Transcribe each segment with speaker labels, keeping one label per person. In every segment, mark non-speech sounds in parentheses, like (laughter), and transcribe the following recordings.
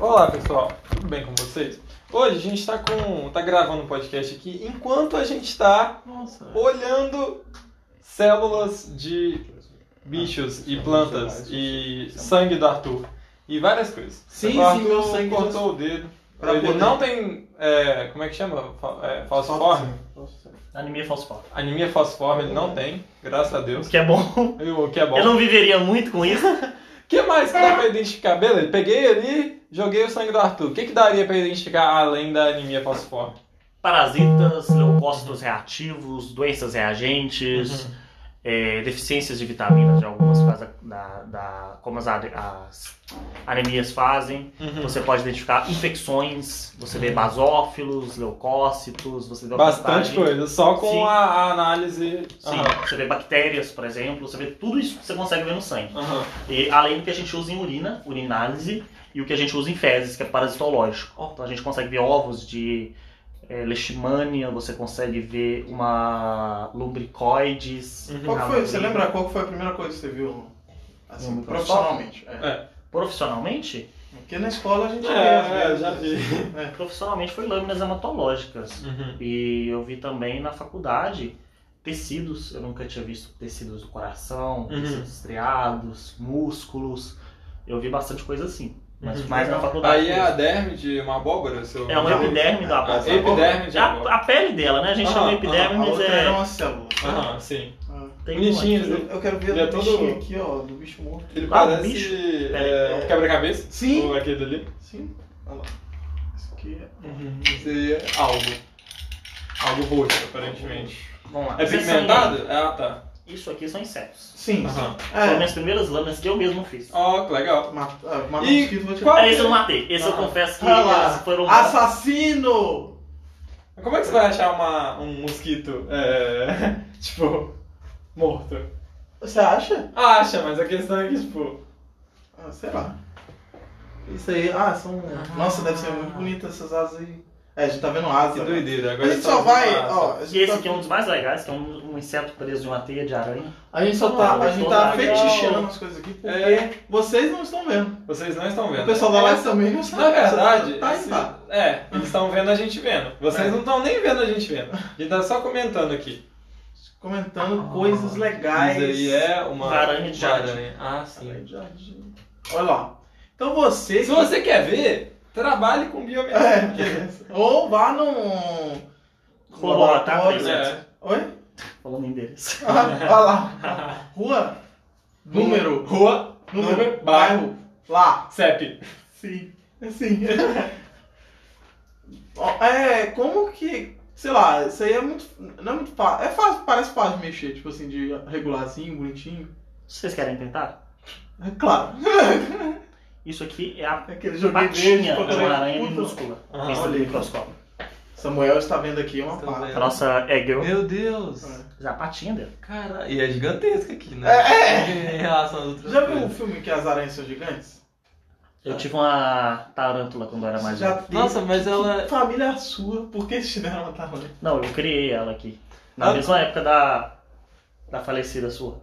Speaker 1: Olá pessoal, tudo bem com vocês? Hoje a gente está com, tá gravando um podcast aqui enquanto a gente está
Speaker 2: Nossa.
Speaker 1: olhando células de bichos e plantas e sangue do Arthur e várias coisas.
Speaker 2: Sim,
Speaker 1: o Arthur
Speaker 2: sim, meu sangue
Speaker 1: cortou
Speaker 2: já-
Speaker 1: o dedo.
Speaker 2: Pra
Speaker 1: ele
Speaker 2: poder-
Speaker 1: não tem, é, como é que chama? Fa- É, falciforme?
Speaker 3: Anemia falciforme.
Speaker 1: Anemia falciforme ele
Speaker 2: É.
Speaker 1: não tem, graças a Deus.
Speaker 3: é O que é bom.
Speaker 1: E O que é bom.
Speaker 3: Eu não viveria muito com isso.
Speaker 1: O que mais que dá pra identificar? Beleza, peguei ali, joguei o sangue do Arthur. O que, que daria pra identificar além da anemia falciforme?
Speaker 3: Parasitas, leucócitos reativos, doenças reagentes,
Speaker 1: Uhum.
Speaker 3: é, deficiências de vitaminas de algumas que fazem da, da- como as, ade- as anemias fazem.
Speaker 1: Uhum.
Speaker 2: Uhum.
Speaker 3: Você pode identificar infecções, você vê basófilos, leucócitos, você vê
Speaker 1: Bastante
Speaker 3: contagem.
Speaker 1: coisa, só com
Speaker 3: Sim.
Speaker 1: a, a análise.
Speaker 3: Sim,
Speaker 1: Aham,
Speaker 3: você vê bactérias, por exemplo, você vê tudo isso que você consegue ver no sangue.
Speaker 1: aham.
Speaker 3: E, além do que a gente usa em urina, urinálise, e o que a gente usa em fezes, que é parasitológico. Então a gente consegue ver ovos de é, leishmania, você consegue ver uma lumbricoides.
Speaker 1: Uhum.
Speaker 2: Qual que
Speaker 3: na
Speaker 2: foi, você
Speaker 3: urina.
Speaker 2: lembra qual que foi a primeira coisa que você viu? Assim,
Speaker 3: No
Speaker 2: profissionalmente. É.
Speaker 1: É.
Speaker 3: Profissionalmente?
Speaker 2: Porque na escola a gente
Speaker 1: É,
Speaker 2: às
Speaker 1: é,
Speaker 2: vezes.
Speaker 1: já vi.
Speaker 2: É.
Speaker 3: Profissionalmente foi lâminas hematológicas.
Speaker 1: Uhum.
Speaker 3: E eu vi também na faculdade tecidos, eu nunca tinha visto tecidos do coração,
Speaker 1: Uhum.
Speaker 3: tecidos estriados, músculos. Eu vi bastante coisa assim. Mas
Speaker 1: Uhum.
Speaker 3: mais na faculdade.
Speaker 1: Aí é
Speaker 3: mesmo.
Speaker 1: a derme de uma abóbora, seu.
Speaker 3: É uma epiderme
Speaker 1: A
Speaker 3: da abóbora.
Speaker 1: Ah, epiderme de
Speaker 3: É a,
Speaker 1: abóbora.
Speaker 3: a pele dela, né? A gente
Speaker 1: Aham,
Speaker 3: chama
Speaker 2: Ah,
Speaker 3: epiderme,
Speaker 2: a
Speaker 3: mas
Speaker 2: outra
Speaker 3: é.
Speaker 2: era uma célula.
Speaker 1: Aham, sim.
Speaker 2: Ah.
Speaker 3: Tem
Speaker 1: Bonitinhos,
Speaker 3: uma aqui.
Speaker 1: né?
Speaker 2: Eu, eu quero ver
Speaker 1: Ele é
Speaker 2: o do
Speaker 1: todo-
Speaker 2: bichinho aqui, ó, do bicho morto.
Speaker 1: Ele
Speaker 3: Ah, o
Speaker 1: parece.
Speaker 3: bicho.
Speaker 1: é, um quebra-cabeça?
Speaker 2: Sim.
Speaker 1: Ou aquele ali?
Speaker 2: Sim. Olha lá. Isso aqui é.
Speaker 1: Uhum. Seria algo. Algo roxo, aparentemente.
Speaker 3: um Vamos lá.
Speaker 1: É
Speaker 3: Isso
Speaker 1: pigmentado? Ah, tá.
Speaker 3: Isso aqui são insetos.
Speaker 2: Sim.
Speaker 1: Aham.
Speaker 3: Foram
Speaker 2: É. Ah,
Speaker 3: minhas primeiras lâminas que eu mesmo fiz.
Speaker 1: Ó, que legal. Tipo,
Speaker 2: Mata, ah, mata
Speaker 1: E
Speaker 2: mosquito, vou
Speaker 1: qual-
Speaker 2: tirar.
Speaker 3: Ah, Esse eu não matei. Esse eu
Speaker 1: Ah.
Speaker 3: confesso que
Speaker 2: Ah lá.
Speaker 3: eles foram.
Speaker 2: Assassino!
Speaker 1: Como é que você vai achar uma, um mosquito, é, (laughs) tipo, morto?
Speaker 2: Você acha?
Speaker 1: Ah, acha, mas a questão é que, tipo...
Speaker 2: Ah, sei lá. Isso aí, ah, são.
Speaker 3: Ah.
Speaker 2: Nossa, deve ser muito bonita essas asas aí. É, a gente tá vendo asa.
Speaker 1: Que doideira,
Speaker 2: A
Speaker 1: agora
Speaker 2: gente tá só vai, ó. A
Speaker 3: E
Speaker 2: gente
Speaker 3: esse
Speaker 2: tá,
Speaker 3: aqui é um dos mais legais, que é um, um inseto preso em uma teia de aranha.
Speaker 2: a gente só tá, a gente tá
Speaker 3: Legal.
Speaker 2: fetichando as coisas aqui porque
Speaker 1: É.
Speaker 2: vocês não estão vendo.
Speaker 1: Vocês não estão vendo.
Speaker 2: O pessoal da
Speaker 1: É,
Speaker 2: live também não sabe.
Speaker 1: Na verdade,
Speaker 2: tá,
Speaker 1: esse-
Speaker 2: tá.
Speaker 1: é, eles estão vendo a gente vendo. Vocês
Speaker 2: É.
Speaker 1: não estão nem vendo a gente vendo. A gente tá só comentando aqui.
Speaker 2: Comentando coisas legais.
Speaker 1: Isso Ah, aí é uma,
Speaker 3: Uma aranha de jardim.
Speaker 1: aranha. Ah,
Speaker 2: Olha aí,
Speaker 1: sim.
Speaker 2: Jardim. Olha lá. Então vocês.
Speaker 1: Se você quer ver, trabalhe com biomedicina.
Speaker 3: (laughs)
Speaker 2: É. Ou vá num.
Speaker 3: Rolou lá, tá?
Speaker 2: laboratório.
Speaker 1: É.
Speaker 2: Oi? (laughs)
Speaker 3: Falando em endereço.
Speaker 2: Ah, olha lá. Rua. Número.
Speaker 1: Rua,
Speaker 2: Número.
Speaker 1: número, bairro,
Speaker 2: Bairro. Lá.
Speaker 1: CEP.
Speaker 2: Sim. Sim. (laughs) Ó, é, como que. Sei lá, isso aí é muito. Não é muito fácil. É fácil, parece fácil mexer, tipo assim, de regularzinho, bonitinho.
Speaker 3: (laughs) Vocês querem tentar?
Speaker 2: É claro.
Speaker 3: Isso aqui é a
Speaker 2: Aquele joguinho
Speaker 3: patinha
Speaker 2: verde,
Speaker 3: de
Speaker 2: quando
Speaker 3: uma
Speaker 2: era
Speaker 3: aranha
Speaker 2: é puta.
Speaker 3: minúscula.
Speaker 1: Ah,
Speaker 3: Vista no
Speaker 2: olha aí.
Speaker 3: microscópio.
Speaker 2: Samuel está vendo aqui uma
Speaker 1: Estou
Speaker 2: pá.
Speaker 3: A nossa Eggirl.
Speaker 1: Meu Deus.
Speaker 3: A patinha dela.
Speaker 1: Cara, e é gigantesca aqui, né? Em relação às outras
Speaker 2: Já
Speaker 1: coisas.
Speaker 2: viu um filme que as aranhas são gigantes?
Speaker 3: Eu tive uma tarântula quando eu era mais
Speaker 2: É.
Speaker 3: um.
Speaker 2: Já
Speaker 3: jovem.
Speaker 2: teve-
Speaker 1: Nossa, mas ela.
Speaker 2: Que Família é sua, por que eles te deram uma tamanha?
Speaker 3: Não, eu criei ela aqui. Na
Speaker 1: Ah.
Speaker 3: mesma época da, da falecida sua.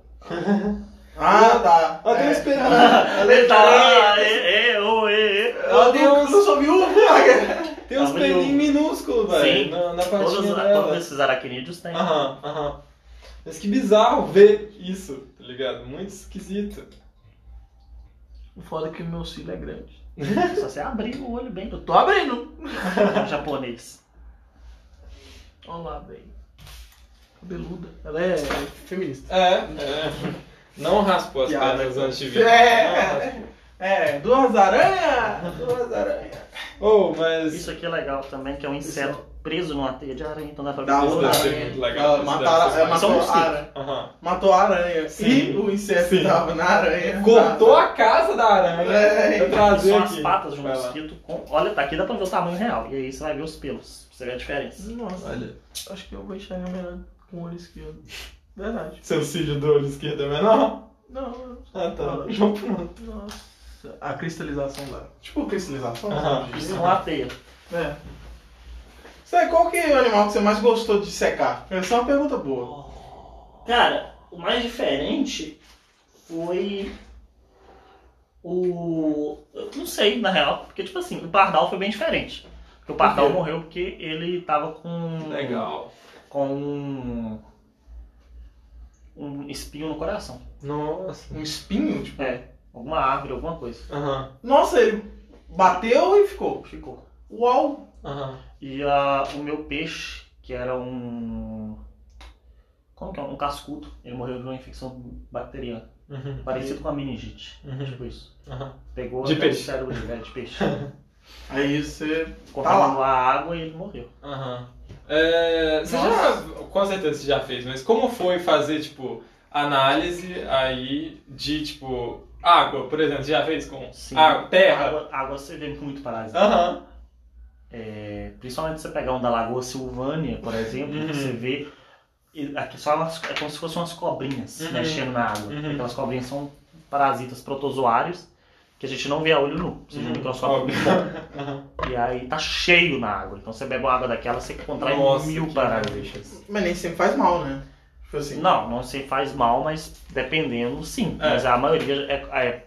Speaker 2: Ah, tá.
Speaker 1: Ela tem um
Speaker 2: É.
Speaker 1: espelho.
Speaker 2: (laughs) Ela é
Speaker 3: Tá, é, é, ô, é, é.
Speaker 2: Ela tem um não sou viúva. um.
Speaker 1: Tem uns
Speaker 3: Abriu.
Speaker 1: pelinhos minúsculos, velho.
Speaker 3: Sim.
Speaker 1: Na, na
Speaker 3: Todas,
Speaker 1: patinha
Speaker 3: todos
Speaker 1: dela.
Speaker 3: esses aracnídeos têm.
Speaker 1: Aham, aham. Mas que bizarro ver isso, tá ligado? Muito esquisito.
Speaker 2: (laughs) O foda é que o meu cílio é grande.
Speaker 3: Só você abrir o olho bem do
Speaker 2: Tô abrindo.
Speaker 1: (laughs)
Speaker 3: japonês.
Speaker 2: Olha lá, velho. Cabeluda. Ela é feminista.
Speaker 1: É, é. Não raspou as
Speaker 2: Piada.
Speaker 1: pernas antes de vir. Não
Speaker 2: É,
Speaker 1: raspou.
Speaker 2: é, duas aranhas. Duas aranhas.
Speaker 1: Oh, mas.
Speaker 3: Isso aqui é legal também, que é um inseto preso numa teia de aranha, então dá pra ver.
Speaker 2: Dá
Speaker 3: tudo
Speaker 2: uma
Speaker 3: na
Speaker 1: deve ser
Speaker 3: aranha.
Speaker 1: muito legal,
Speaker 2: Ela
Speaker 1: isso deve
Speaker 2: mataram-
Speaker 1: ser
Speaker 2: ela
Speaker 1: mais-
Speaker 3: Só um
Speaker 2: matou a
Speaker 3: cílio.
Speaker 2: aranha.
Speaker 1: Aham.
Speaker 2: Matou a aranha.
Speaker 1: Sim.
Speaker 2: E o inseto
Speaker 1: Sim.
Speaker 2: que tava na aranha.
Speaker 1: Cortou a casa da aranha.
Speaker 2: É.
Speaker 1: Vou
Speaker 3: E
Speaker 1: trazer
Speaker 3: São
Speaker 1: aqui.
Speaker 3: as patas de um
Speaker 1: Vai lá.
Speaker 3: mosquito com. Olha, tá aqui dá pra ver o tamanho real. E aí você vai ver os pelos. Você vê a diferença.
Speaker 2: Nossa.
Speaker 1: Olha.
Speaker 2: Acho que eu vou enxergar melhor com o olho esquerdo. Verdade.
Speaker 1: Seu cílio do olho esquerdo é menor?
Speaker 2: Não,
Speaker 1: Ah, tá.
Speaker 2: nossa. A cristalização dela. Tipo cristalização?
Speaker 1: Aham.
Speaker 2: sabe?
Speaker 3: Isso é uma teia.
Speaker 2: É. Sabe qual que é o animal que você mais gostou de secar? Essa é uma pergunta boa.
Speaker 3: Cara, o mais diferente foi O. eu não sei, na real, porque, tipo assim, o Pardal foi bem diferente. Porque o Pardal
Speaker 1: quê?
Speaker 3: morreu porque ele tava com.
Speaker 1: Legal.
Speaker 3: Com um. Um espinho no coração.
Speaker 1: Nossa.
Speaker 2: Um espinho, tipo.
Speaker 3: É. Alguma árvore, alguma coisa.
Speaker 1: Aham,
Speaker 2: Nossa, ele bateu e ficou.
Speaker 3: Ficou.
Speaker 2: Uau!
Speaker 1: aham.
Speaker 3: E a, o meu peixe, que era um. Como que é? Um cascudo. Ele morreu de uma infecção bacteriana.
Speaker 1: Uhum,
Speaker 3: Parecido com a meningite.
Speaker 1: Uhum.
Speaker 3: Tipo isso.
Speaker 1: aham.
Speaker 3: Pegou
Speaker 1: De
Speaker 3: até o
Speaker 1: peixe. Tá
Speaker 3: cérebro dele, é, de peixe.
Speaker 2: Aí você.
Speaker 3: Contaminou a água e ele morreu.
Speaker 1: Aham. É, você já, com certeza você já fez, mas como foi fazer, tipo, análise aí de, tipo, água, por exemplo, você já fez com
Speaker 3: Sim.
Speaker 1: água, terra?
Speaker 3: Ah,
Speaker 1: Uhum.
Speaker 3: Água, água você vê com muito parásito.
Speaker 1: É, Aham.
Speaker 3: É, principalmente se você pegar um da Lagoa Silvânia, por exemplo,
Speaker 1: Uhum.
Speaker 3: que você vê. e Aqui só umas- é como se fossem umas cobrinhas
Speaker 1: Uhum.
Speaker 3: mexendo na água.
Speaker 1: Uhum.
Speaker 3: Aquelas cobrinhas são parasitas protozoários que a gente não vê a olho nu. Você uhum.
Speaker 1: Uhum.
Speaker 3: microscópio
Speaker 1: Óbvio.
Speaker 3: muito bom.
Speaker 1: Aham.
Speaker 3: E aí tá cheio na água. Então você bebe uma água daquela, você contrai
Speaker 1: Nossa,
Speaker 3: mil
Speaker 1: que
Speaker 3: parasitas.
Speaker 2: Mas nem sempre faz mal, né? Tipo assim.
Speaker 3: Não, não se faz mal, mas dependendo, sim.
Speaker 1: É.
Speaker 3: Mas a maioria é, é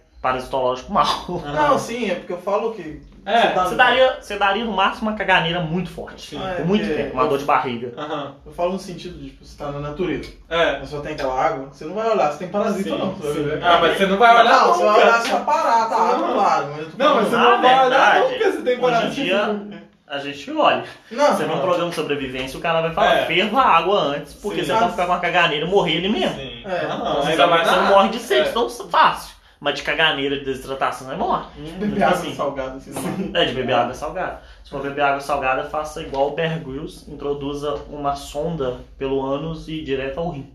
Speaker 1: (laughs)
Speaker 3: parasitológico mal.
Speaker 2: Não, sim, é porque eu falo que.
Speaker 1: É.
Speaker 3: Você tá- daria, você daria no máximo uma caganeira muito forte.
Speaker 1: Sim.
Speaker 2: Ah, é
Speaker 3: Por muito
Speaker 2: porque
Speaker 3: tempo, uma
Speaker 2: eu-
Speaker 3: dor de barriga.
Speaker 1: Aham.
Speaker 2: Eu falo no sentido de, tipo, você tá na natureza.
Speaker 1: É.
Speaker 2: Mas só tem aquela água, você não vai olhar se tem parasita ou não. Você vai
Speaker 1: sim.
Speaker 3: né?
Speaker 2: ver.
Speaker 1: Ah, mas você não vai olhar
Speaker 2: Não, você vai
Speaker 1: nunca.
Speaker 2: olhar se a parada, a água,
Speaker 1: Não.
Speaker 2: claro. Mas eu tô
Speaker 1: Não, mas
Speaker 2: falando-
Speaker 1: você
Speaker 3: Na
Speaker 1: não vai olhar
Speaker 3: verdade,
Speaker 1: nunca se tem
Speaker 3: hoje em
Speaker 1: parasita.
Speaker 3: dia- A gente olha.
Speaker 2: Não,
Speaker 3: Você vê um
Speaker 2: não.
Speaker 3: programa de sobrevivência, o cara vai falar,
Speaker 1: É.
Speaker 3: ferva a água antes, porque
Speaker 1: Sim.
Speaker 3: você vai ficar com uma caganeira e morrer ali mesmo.
Speaker 1: Sim.
Speaker 2: É.
Speaker 1: Ah,
Speaker 3: Então,
Speaker 1: não,
Speaker 3: você
Speaker 1: ainda
Speaker 3: sabe
Speaker 1: mais
Speaker 3: que você não
Speaker 1: na
Speaker 3: morre de sede,
Speaker 1: É.
Speaker 3: então fácil. Mas de caganeira, de desidratação, não é morre.
Speaker 1: Hum.
Speaker 2: Beber
Speaker 3: Tipo
Speaker 2: água
Speaker 3: assim.
Speaker 2: salgada, assim.
Speaker 3: É de beber água salgada. Se for beber água salgada, faça igual o Bear Grylls, introduza uma sonda pelo ânus e direto ao rim.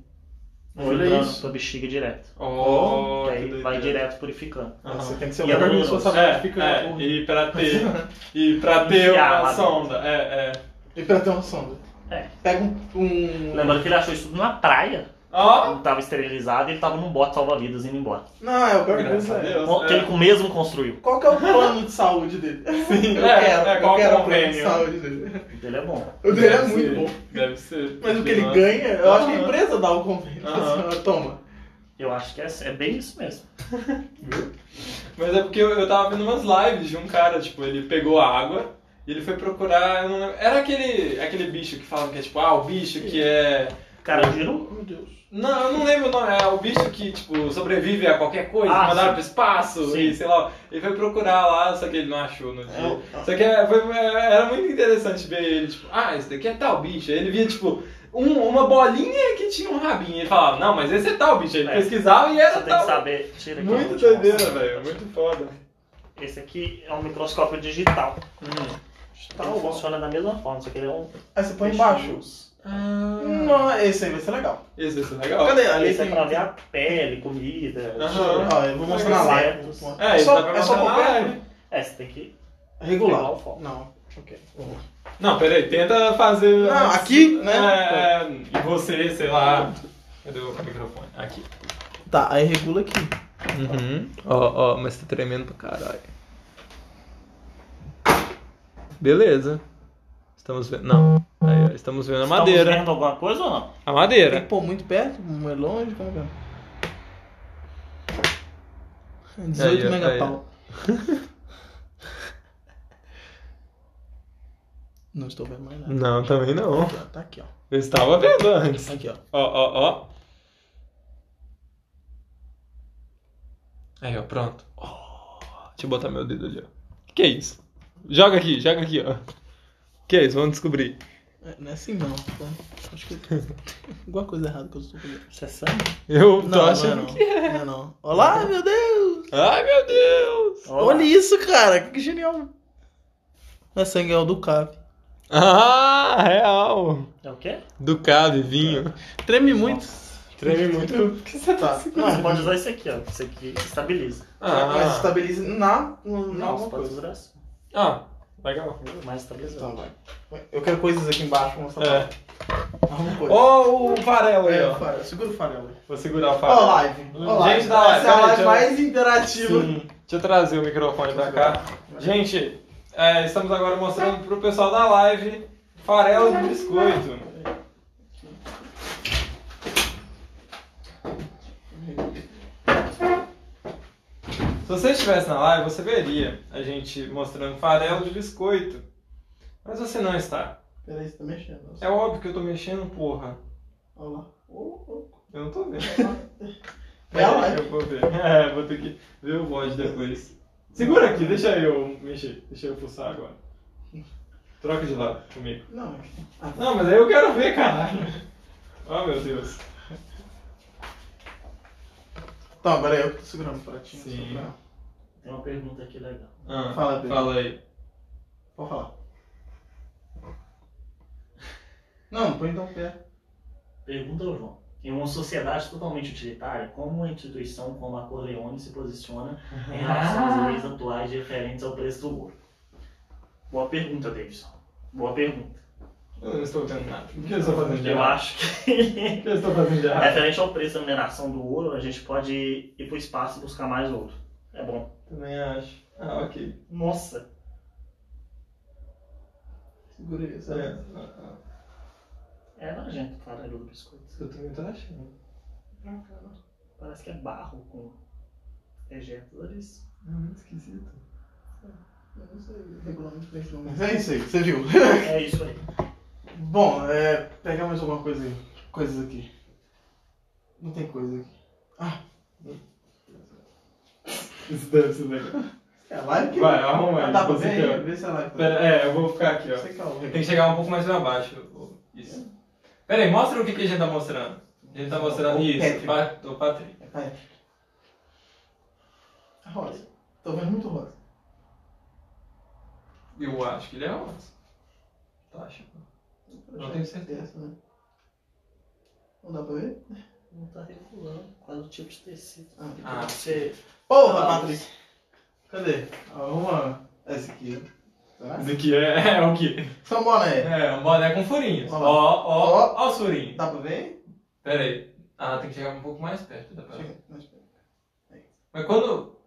Speaker 2: Olha
Speaker 3: Filtrando
Speaker 2: isso.
Speaker 3: pra bexiga direto.
Speaker 1: Oh,
Speaker 3: que
Speaker 1: que
Speaker 3: aí vai
Speaker 1: doideira.
Speaker 3: direto purificando.
Speaker 2: Você tem que ser o
Speaker 3: E é
Speaker 2: melhor
Speaker 3: doloroso.
Speaker 2: pessoa
Speaker 1: É,
Speaker 2: saber fica
Speaker 1: é,
Speaker 2: o-
Speaker 1: e pra
Speaker 3: (laughs)
Speaker 1: ter, e pra ter
Speaker 3: Enfiar
Speaker 1: uma
Speaker 3: lá
Speaker 1: sonda, é, é.
Speaker 2: E pra ter uma sonda.
Speaker 3: É.
Speaker 2: Pega um. um-
Speaker 3: Lembrando que ele achou isso tudo na praia.
Speaker 1: Ó,
Speaker 3: Ele tava esterilizado e ele tava num bote salva-vidas indo embora.
Speaker 2: Não, é o Bear Grylls,
Speaker 1: graças a
Speaker 2: é.
Speaker 1: Deus.
Speaker 3: Que ele mesmo construiu.
Speaker 2: Qual que é o plano de
Speaker 1: (laughs)
Speaker 2: saúde dele? Sim, eu
Speaker 1: é,
Speaker 2: quero,
Speaker 1: é,
Speaker 2: eu
Speaker 1: qual
Speaker 2: quero o plano de
Speaker 1: convênio?
Speaker 2: saúde dele.
Speaker 3: O dele é bom.
Speaker 2: O dele é muito bom.
Speaker 1: Deve ser.
Speaker 2: Mas o que ele
Speaker 1: Nossa.
Speaker 2: ganha, eu acho que a
Speaker 1: Aham.
Speaker 2: empresa dá o convênio.
Speaker 1: Aham.
Speaker 2: Assim, ó, Toma.
Speaker 3: Eu acho que é, é bem isso mesmo.
Speaker 1: Mas é porque eu, eu tava vendo umas lives de um cara, tipo, ele pegou a água e ele foi procurar, eu não lembro, era aquele, aquele bicho que fala que é tipo, ah, o bicho que é...
Speaker 3: Cara, girou.
Speaker 2: Meu Deus.
Speaker 1: Não, eu não lembro o nome, é o bicho que, tipo, sobrevive a qualquer coisa,
Speaker 3: Ah,
Speaker 1: mandaram
Speaker 3: sim.
Speaker 1: pro espaço
Speaker 3: Sim.
Speaker 1: e sei lá. Ele foi procurar lá, só que ele não achou no dia.
Speaker 2: É,
Speaker 1: Só que é, foi- é, era muito interessante ver ele, tipo, ah, esse daqui é tal bicho. Aí ele via, tipo, um- uma bolinha que tinha um rabinho. Ele falava, não, mas esse é tal bicho. Ele
Speaker 3: É.
Speaker 1: pesquisava e era
Speaker 3: Você tem
Speaker 2: tá
Speaker 3: que é um
Speaker 1: tal.
Speaker 3: saber. Tira aqui. eu
Speaker 1: Muito
Speaker 3: vou te mostrar.
Speaker 1: doideira, velho. Muito foda.
Speaker 3: Esse aqui é um microscópio digital.
Speaker 2: Tá
Speaker 3: ele
Speaker 2: bom.
Speaker 3: funciona da mesma forma, só que ele é um.
Speaker 2: Aí você põe embaixo.
Speaker 1: Ah,
Speaker 2: Não, esse aí vai ser legal.
Speaker 1: esse, esse é legal.
Speaker 2: Cadê? Ali
Speaker 3: Esse é
Speaker 2: tem... Ah.
Speaker 3: pra ver a pele, comida.
Speaker 1: Aham.
Speaker 2: Ó, eu vou mostrar na live.
Speaker 3: Insetos.
Speaker 1: É,
Speaker 2: É
Speaker 1: isso dá
Speaker 2: só,
Speaker 1: pra
Speaker 2: é só
Speaker 1: mostrar na
Speaker 2: qualquer
Speaker 1: live.
Speaker 3: É, você tem que. Pegar
Speaker 2: regular.
Speaker 3: o foco.
Speaker 2: Não, é ok.
Speaker 1: Não, peraí, tenta fazer.
Speaker 2: Não,
Speaker 1: antes-
Speaker 2: aqui, né?
Speaker 1: É, e você, sei lá. Cadê o microfone? Aqui.
Speaker 2: Tá, aí regula aqui.
Speaker 1: Uhum. Ó, ó, mas tá tremendo pra caralho. Beleza. Estamos vendo. Não. Aí, ó, estamos vendo a
Speaker 3: Estamos
Speaker 1: É madeira.
Speaker 3: vendo Tá alguma coisa ou não?
Speaker 1: A
Speaker 2: Tem que
Speaker 1: madeira.
Speaker 2: pôr muito perto, muito longe, como é que é?
Speaker 1: Aí,
Speaker 2: 18
Speaker 1: ó,
Speaker 2: megapau. (laughs) Não estou vendo mais nada.
Speaker 1: Não, também não.
Speaker 2: Tá, tá aqui, ó.
Speaker 1: Eu estava vendo
Speaker 2: Tá
Speaker 1: antes.
Speaker 2: aqui, ó.
Speaker 1: Ó, ó, ó. Aí, ó, pronto. Ó, Deixa eu botar meu dedo ali, ó. Que isso? Joga aqui, joga aqui, ó. Que isso? Vamos descobrir.
Speaker 2: É, Não é assim não. tá? Acho que (laughs) alguma coisa errada que eu estou vendo.
Speaker 3: Isso é sangue?
Speaker 1: Eu
Speaker 2: Não,
Speaker 1: tô achando
Speaker 2: não,
Speaker 1: que.
Speaker 2: é não. Não é não. Olá, meu Deus!
Speaker 1: Ai, meu Deus!
Speaker 2: Olha isso, cara. Que genial. Não é sangue, é o do Cap.
Speaker 1: Ah, real!
Speaker 3: É o quê?
Speaker 1: Do Cave, vinho.
Speaker 2: Treme muito.
Speaker 1: Treme muito. O que você
Speaker 2: Tá.
Speaker 3: Não, Ah, você pode usar isso aqui, ó. Isso aqui estabiliza.
Speaker 2: Mas tá-
Speaker 1: Ah,
Speaker 2: estabiliza na, no- na
Speaker 3: Não, você
Speaker 2: alguma
Speaker 3: pode
Speaker 2: coisa.
Speaker 3: usar assim.
Speaker 1: ah, legal.
Speaker 3: Mais estabilizado.
Speaker 2: Então vai. Eu quero coisas aqui embaixo pra mostrar.
Speaker 1: É.
Speaker 2: Arruma coisa.
Speaker 1: Ó o farelo aí,
Speaker 2: É,
Speaker 1: ó.
Speaker 2: Farelo, Segura o farelo aí.
Speaker 1: Vou segurar o
Speaker 2: Ó a
Speaker 1: farelo. Hum,
Speaker 2: live. Ó a live.
Speaker 1: Gente da live,
Speaker 2: Essa é a
Speaker 1: peraí,
Speaker 2: live
Speaker 1: deixa eu-
Speaker 2: mais interativa.
Speaker 1: Sim. Deixa eu trazer o microfone pra cá. Gente, é, estamos agora mostrando pro pessoal da live farelo de biscoito. você estivesse na live, você veria a gente mostrando farelo de biscoito. Mas você não está.
Speaker 2: Peraí, você tá mexendo.
Speaker 1: É óbvio que eu tô mexendo, porra.
Speaker 2: Olha lá. Ô, ô.
Speaker 1: Eu não tô vendo.
Speaker 2: É a
Speaker 1: Peraí que
Speaker 2: live.
Speaker 1: Eu vou ver. (laughs) É, vou ter que ver o VOD depois. Segura aqui, deixa eu mexer. Deixa eu pulsar agora. Troca de lado comigo.
Speaker 2: Não, é. Ah,
Speaker 1: Não, mas aí eu quero ver, caralho. Oh, meu Deus.
Speaker 2: Tá, peraí, eu que tô segurando o pratinho.
Speaker 1: Sim.
Speaker 2: só pra-
Speaker 3: Tem uma pergunta aqui legal.
Speaker 1: Ah,
Speaker 2: Fala, Pedro.
Speaker 1: Fala aí.
Speaker 2: Pode falar. Não, põe então o pé.
Speaker 3: Pergunta ao João. Em uma sociedade totalmente utilitária, como uma instituição como a Corleone se posiciona em relação às leis atuais referentes ao preço do ouro? Boa pergunta, Davidson. Boa pergunta.
Speaker 1: Eu não estou vendo nada. O que eu estou fazendo de
Speaker 3: Eu
Speaker 1: errado?
Speaker 3: acho que, (laughs)
Speaker 1: O que eu estou fazendo de errado?
Speaker 3: referente ao preço da mineração do ouro, a gente pode ir para o espaço e buscar mais ouro. É bom.
Speaker 1: Também acho. Ah, ok.
Speaker 3: Nossa,
Speaker 2: Segura isso.
Speaker 1: É,
Speaker 2: É.
Speaker 1: ah, ah.
Speaker 3: é nojento, caralho, o biscoito.
Speaker 1: Eu também tô achando.
Speaker 3: Parece que é barro com dejetos. Olha isso.
Speaker 1: É muito esquisito.
Speaker 2: Eu não sei, regulamento pra isso não. Mas é isso aí, você viu.
Speaker 3: É isso aí.
Speaker 2: Bom, é. Pega mais alguma coisa aí. Coisas aqui. Não tem coisa aqui. Ah,
Speaker 1: Isso deve ser legal.
Speaker 2: é a live que.
Speaker 1: Vai, arruma
Speaker 2: Ah,
Speaker 1: aí.
Speaker 2: Dá pra
Speaker 1: você
Speaker 2: ver aí?
Speaker 1: quer.
Speaker 2: Vê se é a live.
Speaker 1: Pera, é, eu vou ficar aqui, ó.
Speaker 2: Sei que é o
Speaker 1: Tem que chegar um pouco mais pra baixo. Isso. Pera aí, mostra o que, que a gente tá mostrando. A gente tá mostrando
Speaker 2: O
Speaker 1: isso,
Speaker 2: Patrick.
Speaker 1: Pat- o Patrick.
Speaker 2: É pai. Tá Rosa. Tô vendo muito rosa.
Speaker 1: Eu acho que ele é rosa. Tá, acho. Não tenho certeza.
Speaker 2: Essa, né? Não dá pra ver?
Speaker 3: Não tá regulando qual é o tipo de tecido.
Speaker 2: Ah.
Speaker 1: Ah.
Speaker 3: Você
Speaker 1: Tá
Speaker 2: Porra,
Speaker 3: Ah,
Speaker 2: Patrick! Cadê? Arruma essa aqui. Tá?
Speaker 1: Isso aqui é, (laughs) é o quê?
Speaker 2: São boné.
Speaker 1: É, um boné com furinhos. Ó,
Speaker 2: Olha lá.
Speaker 1: ó, ó os furinhos.
Speaker 2: Dá pra ver?
Speaker 1: Pera aí. Ah, tem que chegar um pouco mais perto, dá pra ver.
Speaker 2: Chega. mais perto.
Speaker 1: Mas quando.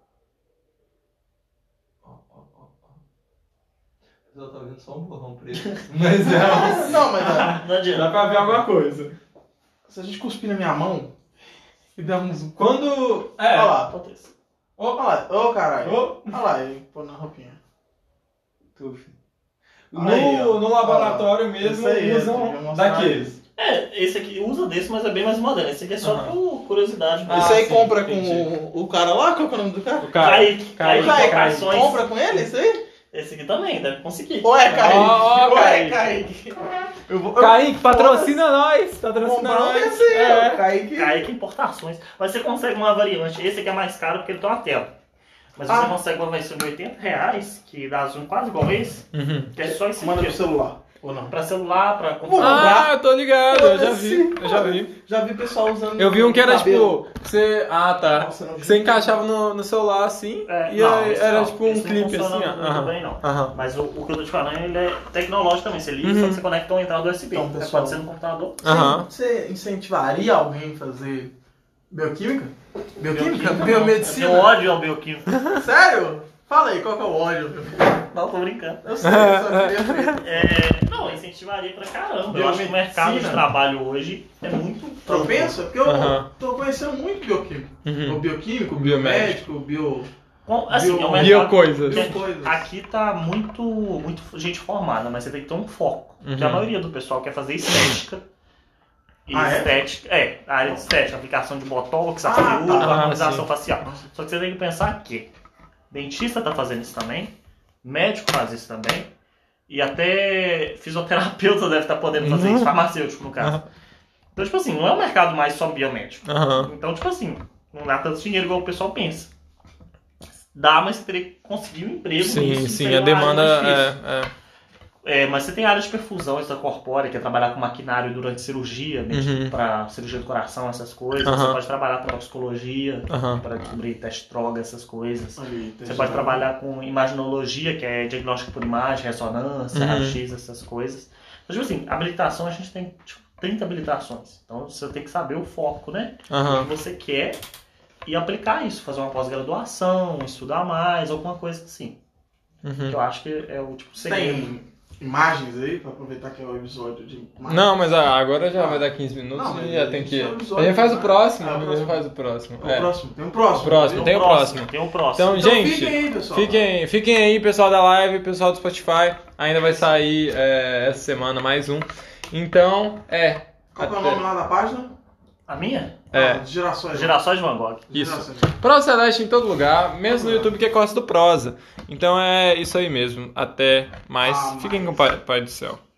Speaker 1: Ó, ó, ó, ó. O pessoal tá vendo só um borrão preto. (laughs) Mas é.
Speaker 2: Não, mas ó,
Speaker 3: (laughs) Não adianta.
Speaker 1: Dá pra ver alguma coisa.
Speaker 2: se a gente cuspir na minha mão e dermos um.
Speaker 1: Quando. É.
Speaker 2: Olha lá.
Speaker 3: Ah, Acontece.
Speaker 2: Olha lá. Ô, caralho.
Speaker 1: Ô,
Speaker 2: Olha lá, ele pôr na roupinha. Tuf.
Speaker 1: No,
Speaker 2: Aí, ó.
Speaker 1: no laboratório mesmo
Speaker 2: Isso aí, eu devia
Speaker 1: usam
Speaker 2: mostrar
Speaker 1: daqueles.
Speaker 3: É, esse aqui usa desse, mas é bem mais moderno. Esse aqui é só por curiosidade.
Speaker 1: Ah,
Speaker 2: isso aí
Speaker 1: sim,
Speaker 2: compra com
Speaker 1: entendi.
Speaker 2: o, o cara lá? Qual que é o nome do cara?
Speaker 1: O
Speaker 3: Kaique,
Speaker 1: Kaique,
Speaker 3: Kaique,
Speaker 1: Kaique.
Speaker 3: Kaique.
Speaker 2: Compra com ele isso aí?
Speaker 3: Esse aqui também, deve conseguir.
Speaker 2: Ou é Kaique?
Speaker 1: Ó, ó,
Speaker 2: Ou é
Speaker 1: Kaique.
Speaker 2: Kaique? Eu vou. eu-
Speaker 1: Kaique, patrocina nós! Patrocina
Speaker 2: Comprar um
Speaker 1: nós!
Speaker 2: desse aí, ó.
Speaker 1: É.
Speaker 2: Kaique.
Speaker 3: Kaique Importações. Mas você consegue uma variante. Esse aqui é mais caro porque ele tem uma tela. Mas você
Speaker 2: Ah.
Speaker 3: consegue uma versão de 80 reais, que dá zoom quase igual esse,
Speaker 1: Uhum.
Speaker 3: que é só esse
Speaker 2: Manda pro
Speaker 3: aqui.
Speaker 2: celular. Ou não?
Speaker 3: Pra celular, pra
Speaker 1: Ah, eu tô ligado, eu já vi,
Speaker 2: Foda-se,
Speaker 1: eu já vi.
Speaker 2: Já vi pessoal usando.
Speaker 1: Eu vi um que era
Speaker 2: cabelo.
Speaker 1: tipo, você. Ah tá.
Speaker 2: Nossa, não vi.
Speaker 1: Você encaixava no, no celular assim
Speaker 3: É,
Speaker 1: e
Speaker 3: não,
Speaker 1: aí
Speaker 3: esse
Speaker 1: era
Speaker 3: não.
Speaker 1: tipo um
Speaker 3: Esse não
Speaker 1: clipe
Speaker 3: funciona
Speaker 1: assim, ó.
Speaker 3: muito
Speaker 1: Aham.
Speaker 3: bem, não.
Speaker 1: Aham.
Speaker 3: Mas o, o que eu tô te falando, ele é tecnológico também. Você liga e só que você conecta uma entrada USB.
Speaker 2: Então,
Speaker 3: Então,
Speaker 2: pessoal-
Speaker 3: Pode ser no computador.
Speaker 1: Aham.
Speaker 2: Você incentivaria alguém a fazer bioquímica? Bioquímica? é
Speaker 3: Bioquímica, Eu tenho
Speaker 2: Biomedicina?
Speaker 3: ódio ao bioquímico.
Speaker 2: Sério? Fala aí, qual que é o ódio?
Speaker 3: não, tô brincando.
Speaker 2: Eu sei, eu só queria ver.
Speaker 3: É, não, eu incentivaria pra caramba. Eu acho que o mercado de
Speaker 2: Biomedicina.
Speaker 3: trabalho hoje é muito
Speaker 2: Propenso? Porque eu
Speaker 1: Aham.
Speaker 2: tô conhecendo muito bioquímico.
Speaker 1: Uhum.
Speaker 2: O bioquímico, o
Speaker 1: Biomédico.
Speaker 2: biomédico, o bio...
Speaker 3: Bom, assim, é um mercado
Speaker 1: Biocoisas.
Speaker 2: Bio coisas.
Speaker 3: Aqui tá muito, muito gente formada, mas você tem que ter um foco. Porque a
Speaker 1: Uhum.
Speaker 3: maioria do pessoal quer fazer estética. E
Speaker 2: Ah, é?
Speaker 3: estética. É, a área de estética, aplicação de botox, a
Speaker 2: Ah,
Speaker 3: peruca,
Speaker 1: tá.
Speaker 3: harmonização
Speaker 1: Ah,
Speaker 3: facial. Só que você tem que pensar que dentista tá fazendo isso também, médico faz isso também, e até fisioterapeuta (laughs) deve estar podendo fazer
Speaker 1: Uhum.
Speaker 3: isso, farmacêutico no caso. Então, tipo assim, não é um mercado mais só biomédico.
Speaker 1: Aham.
Speaker 3: Então, tipo assim, não dá tanto dinheiro igual o pessoal pensa. Dá, mas você teria que conseguir um emprego.
Speaker 1: Sim,
Speaker 3: nisso,
Speaker 1: sim,
Speaker 3: seria
Speaker 1: a
Speaker 3: uma área
Speaker 1: demanda
Speaker 3: mais difícil.
Speaker 1: é. é.
Speaker 3: É, mas você tem área de perfusão extracorpórea, que é trabalhar com maquinário durante cirurgia, né?
Speaker 1: Uhum.
Speaker 3: pra cirurgia do coração, essas coisas.
Speaker 1: Aham.
Speaker 3: Você pode trabalhar pra toxicologia,
Speaker 1: Aham.
Speaker 3: pra descobrir teste de droga, essas coisas. Você
Speaker 2: Você
Speaker 3: pode trabalhar com imaginologia, que é diagnóstico por imagem, ressonância,
Speaker 1: Uhum.
Speaker 3: raio-x, essas coisas. Mas, tipo assim, habilitação, a gente tem tipo, 30 habilitações. Então, você tem que saber o foco, né? o
Speaker 1: Aham.
Speaker 3: que você quer e aplicar isso, fazer uma pós-graduação, estudar mais, alguma coisa assim.
Speaker 1: Uhum.
Speaker 3: Que eu acho que é o tipo segredo.
Speaker 2: Tem imagens aí, pra aproveitar que é o episódio de imagens.
Speaker 1: Não, mas ah, agora já
Speaker 2: Ah.
Speaker 1: vai dar 15 minutos
Speaker 2: Não, mas
Speaker 1: e já
Speaker 2: a
Speaker 1: tem
Speaker 2: gente
Speaker 1: que.
Speaker 2: tem um
Speaker 1: A
Speaker 2: episódio,
Speaker 1: gente faz o
Speaker 2: né?
Speaker 1: próximo,
Speaker 2: Ah, o
Speaker 1: a gente
Speaker 2: próximo.
Speaker 1: faz o próximo.
Speaker 2: É
Speaker 1: é.
Speaker 2: o próximo, tem um próximo.
Speaker 1: Próximo, tem o próximo.
Speaker 3: Tem o próximo.
Speaker 1: Então,
Speaker 2: Então
Speaker 1: gente,
Speaker 2: fiquem aí, pessoal.
Speaker 1: Fiquem, fiquem aí, pessoal da live, pessoal do Spotify. Ainda vai sair é, essa semana mais um. Então, é.
Speaker 2: Qual que é o
Speaker 1: Até.
Speaker 2: nome lá da página?
Speaker 3: A minha?
Speaker 1: É.
Speaker 2: Ah, gerações.
Speaker 3: Gerações de Van Gogh.
Speaker 1: Isso.
Speaker 2: Gerações.
Speaker 1: Prosa Celeste em todo lugar, mesmo no YouTube que é Costa do Prosa. Então é isso aí mesmo. Até mais.
Speaker 2: Ah,
Speaker 1: Fiquem
Speaker 2: mas-
Speaker 1: com o Pai, Pai do Céu.